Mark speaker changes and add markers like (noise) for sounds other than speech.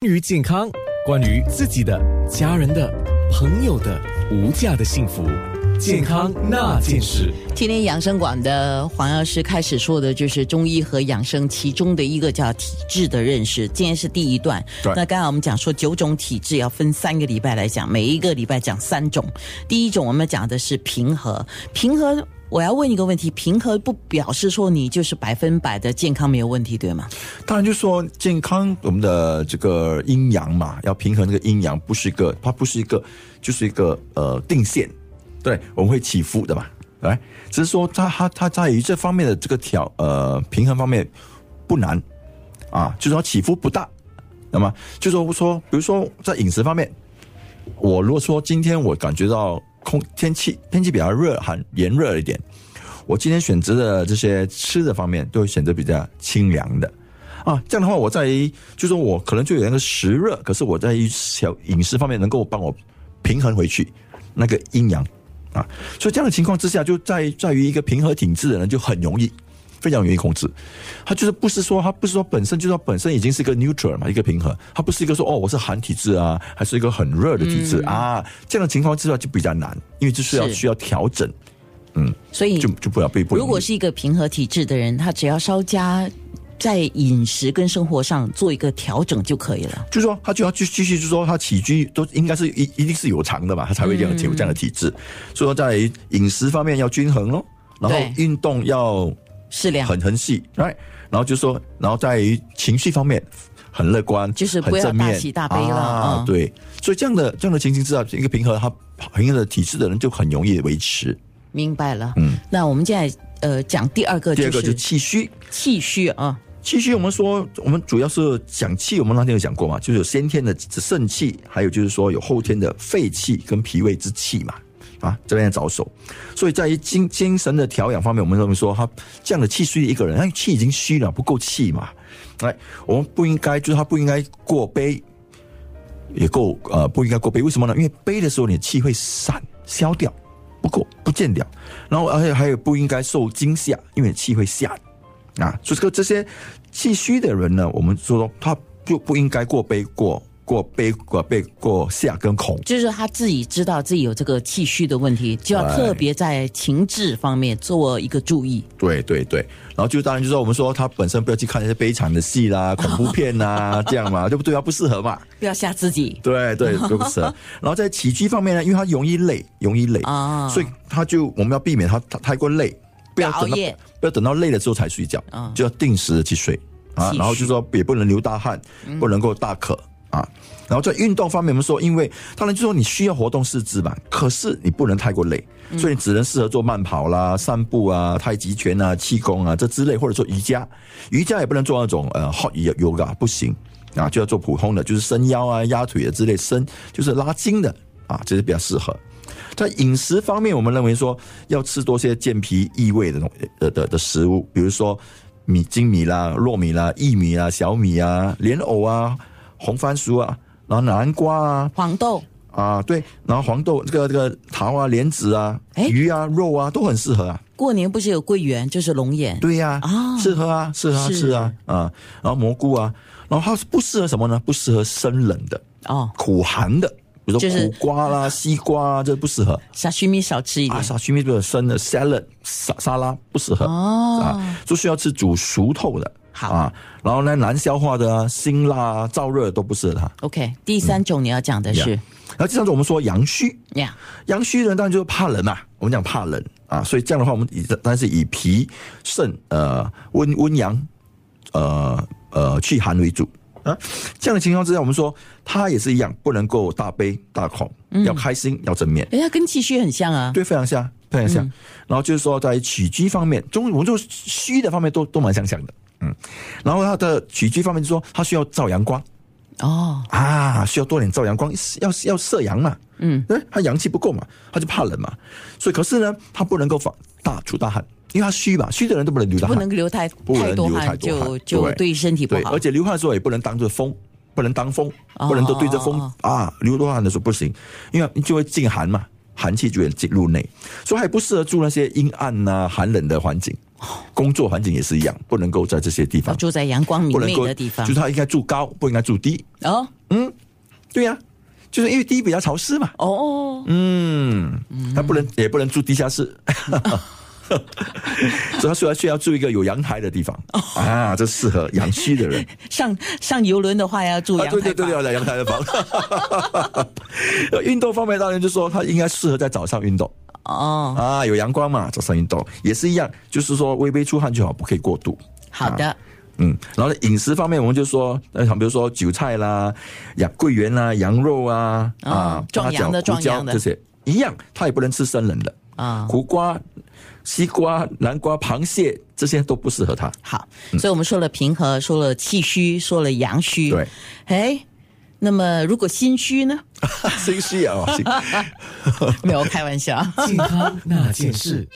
Speaker 1: 关于健康，关于自己的、家人的、朋友的无价的幸福，健康那件事。
Speaker 2: 今天养生馆的黄药师开始说的就是中医和养生其中的一个叫体质的认识，今天是第一段。
Speaker 3: 对
Speaker 2: 那刚才我们讲说九种体质要分三个礼拜来讲，每一个礼拜讲三种。第一种我们讲的是平和，平和。我要问一个问题：平和不表示说你就是百分百的健康没有问题，对吗？
Speaker 3: 当然，就说健康，我们的这个阴阳嘛，要平衡那个阴阳，不是一个，它不是一个，就是一个呃定线，对，我们会起伏的嘛，来，只是说它它它在于这方面的这个调呃平衡方面不难啊，就是说起伏不大，那么就说说，比如说在饮食方面，我如果说今天我感觉到空天气天气比较热寒炎热一点，我今天选择的这些吃的方面都会选择比较清凉的。啊，这样的话，我在于就说我可能就有那个实热，可是我在于小饮食方面能够帮我平衡回去那个阴阳啊，所以这样的情况之下，就在在于一个平和体质的人就很容易，非常容易控制。他就是不是说他不是说本身就是说本身已经是一个 neutral 嘛，一个平和，他不是一个说哦我是寒体质啊，还是一个很热的体质、啊，这样的情况之下就比较难，因为就是要
Speaker 2: 是
Speaker 3: 需要调整，
Speaker 2: 所以
Speaker 3: 就就不要被不容易
Speaker 2: 如果是一个平和体质的人，他只要稍加在饮食跟生活上做一个调整就可以了。
Speaker 3: 就是说他就要继继续，就是说他起居都应该是一一定是有偿的嘛，他才会这样有这样的体质。所以说在饮食方面要均衡咯，然后
Speaker 2: 对
Speaker 3: 运动要
Speaker 2: 适量
Speaker 3: 很很细，right？然后就说，然后在于情绪方面很乐观，
Speaker 2: 就是
Speaker 3: 很
Speaker 2: 不要
Speaker 3: 正面
Speaker 2: 大喜大悲了
Speaker 3: 啊、
Speaker 2: 嗯
Speaker 3: 对，所以这样的这样的情形之下，一个平和他平和的体质的人就很容易维持。
Speaker 2: 明白了。
Speaker 3: 嗯，
Speaker 2: 那我们现在呃讲第二个
Speaker 3: 第
Speaker 2: 就
Speaker 3: 二个就是
Speaker 2: 是
Speaker 3: 气虚，
Speaker 2: 气虚啊，
Speaker 3: 气虚，我们说，我们主要是讲气，我们那天有讲过嘛，就是有先天的肾气，还有就是说有后天的肺气跟脾胃之气嘛，啊，这边要着手。所以在于精精神的调养方面，我们认为说，他这样的气虚的一个人，他气已经虚了，不够气嘛，哎，我们不应该，就是他不应该过悲，也够呃不应该过悲，为什么呢？因为悲的时候你的气会散消掉，不够不见掉，然后而且还有不应该受惊吓，因为气会下啊，所以这个这些气虚的人呢，我们说他就不应该过悲过过悲过悲过吓跟恐。
Speaker 2: 就是他自己知道自己有这个气虚的问题，就要
Speaker 3: 对
Speaker 2: 特别在情志方面做一个注意。
Speaker 3: 对对对，然后就当然就是说我们说他本身不要去看那些悲惨的戏啦、恐怖片啦，这样嘛，对不对啊？不适合嘛。
Speaker 2: 不要吓自己。
Speaker 3: 对对，对不是。然后在起居方面呢，因为他容易累，容易累
Speaker 2: 啊
Speaker 3: 所以他就我们要避免他他太过累，不要
Speaker 2: 要熬
Speaker 3: 等到
Speaker 2: 夜
Speaker 3: 不要等到累了之后才睡觉，
Speaker 2: 啊
Speaker 3: 就要定时的去睡啊
Speaker 2: 继。续嗯
Speaker 3: 然后就说也不能流大汗，不能够大渴、啊。然后在运动方面，我们说，因为当然就说你需要活动四肢嘛，可是你不能太过累，
Speaker 2: 嗯
Speaker 3: 所以你只能适合做慢跑啦、散步啊、太极拳啊、气功啊这之类，或者说瑜伽，瑜伽也不能做那种呃 hot yoga 不行啊，就要做普通的，就是伸腰啊、压腿啊之类伸，就是拉筋的啊，这是比较适合。在饮食方面，我们认为说要吃多些健脾益胃的东呃的的的食物，比如说米精米啦、糯米啦、薏米啊、小米啊、莲藕啊、红番薯啊，然后南瓜啊
Speaker 2: 黄豆，
Speaker 3: 啊对，然后黄豆这个这个桃啊、莲子啊、
Speaker 2: 诶
Speaker 3: 鱼啊、肉啊都很适合啊。
Speaker 2: 过年不是有桂圆，就是龙眼。
Speaker 3: 对呀、
Speaker 2: 啊
Speaker 3: 适合啊，适合啊，
Speaker 2: 是
Speaker 3: 吃啊啊，然后蘑菇啊，然后它不适合什么呢？不适合生冷的、
Speaker 2: 哦，
Speaker 3: 苦寒的，比如说
Speaker 2: 就是
Speaker 3: 苦瓜啦、西瓜啊，这不适合。
Speaker 2: 沙须米少吃一点
Speaker 3: 啊，。沙须米的生的 salad 沙沙拉不适合、
Speaker 2: 哦
Speaker 3: 啊，就需要吃煮熟透的。
Speaker 2: 好
Speaker 3: 啊，然后呢，难消化的啊，辛辣啊、燥热都不适合它。
Speaker 2: OK，第三种你要讲的是
Speaker 3: Yeah 然后第三种我们说阳虚，
Speaker 2: 呀，
Speaker 3: 阳虚的人当然就是怕冷嘛，我们讲怕冷啊，所以这样的话，我们以但是以脾、肾、呃温温阳、呃呃去寒为主啊。这样的情况之下，我们说他也是一样，不能够大悲大恐，
Speaker 2: 嗯
Speaker 3: 要开心，要正面。
Speaker 2: 人家跟气虚很像啊。
Speaker 3: 对，非常像，非常像。然后就是说，在起居方面，中我们就虚的方面都都蛮相像的，嗯。然后他的起居方面，就是说他需要照阳光
Speaker 2: 哦，
Speaker 3: 啊，需要多点照阳光，要要射阳嘛，
Speaker 2: 嗯，
Speaker 3: 哎，他阳气不够嘛，他就怕冷嘛，所以可是呢，他不能够放大出大汗，因为他虚嘛，虚的人都不能流大
Speaker 2: 不
Speaker 3: 汗
Speaker 2: 能，流太
Speaker 3: 不能
Speaker 2: 多
Speaker 3: 流
Speaker 2: 汗，
Speaker 3: 太多
Speaker 2: 就
Speaker 3: 汗
Speaker 2: 就
Speaker 3: 对
Speaker 2: 对身体不
Speaker 3: 对，
Speaker 2: 好
Speaker 3: 而。且流汗的时候也不能当着风。不能当风，
Speaker 2: 哦
Speaker 3: 不能都对着风
Speaker 2: 哦
Speaker 3: 啊！流多汗的时候不行，因为就会啊进寒嘛，寒气就会进入内，所以还不适合住那些阴暗呐、寒冷的环境。
Speaker 2: 哦
Speaker 3: 工作环境也是一样，不能够在这些地
Speaker 2: 要
Speaker 3: 方，
Speaker 2: 住在阳光哦明
Speaker 3: 不能
Speaker 2: 媚
Speaker 3: 够
Speaker 2: 的地方
Speaker 3: 就是。他应该住高，不应该住低。
Speaker 2: 哦
Speaker 3: 对呀、就是因为低比较潮湿嘛。
Speaker 2: 哦，
Speaker 3: 嗯，他不能也不能住地下
Speaker 2: (laughs)
Speaker 3: 室，所以他说要需要住一个有阳台的地方
Speaker 2: 哦
Speaker 3: 啊，这适合阳虚的人。
Speaker 2: (laughs) 上上游轮的话要住
Speaker 3: 啊，
Speaker 2: 阳
Speaker 3: 对
Speaker 2: 台
Speaker 3: 对对
Speaker 2: 吧？
Speaker 3: 对，在阳台的房。 (laughs) 运动方面，当然就说他应该适合在早上运动
Speaker 2: 哦，
Speaker 3: 啊，有阳光嘛，早上运动也是一样，就是说微微出汗就好，不可以过度。
Speaker 2: 好的，
Speaker 3: 嗯，然后呢，饮食方面，我们就说，呃，比如说韭菜啦、羊桂圆啦、羊肉啊、
Speaker 2: 哦
Speaker 3: 啊、
Speaker 2: 壮
Speaker 3: 八角、
Speaker 2: 阳的
Speaker 3: 胡
Speaker 2: 壮阳
Speaker 3: 椒
Speaker 2: 的
Speaker 3: 这些一样，它也不能吃生冷的
Speaker 2: 啊
Speaker 3: 苦瓜、西瓜、南瓜、螃蟹这些都不适合
Speaker 2: (laughs)
Speaker 3: 它。
Speaker 2: 好，
Speaker 3: 嗯
Speaker 2: 所以我们说了平和，说了气虚，说了阳虚。
Speaker 3: 对，
Speaker 2: 哎，那么如果心虚呢？ (laughs)
Speaker 3: 心虚啊，心
Speaker 2: 没有开玩笑。
Speaker 1: 健康那件事。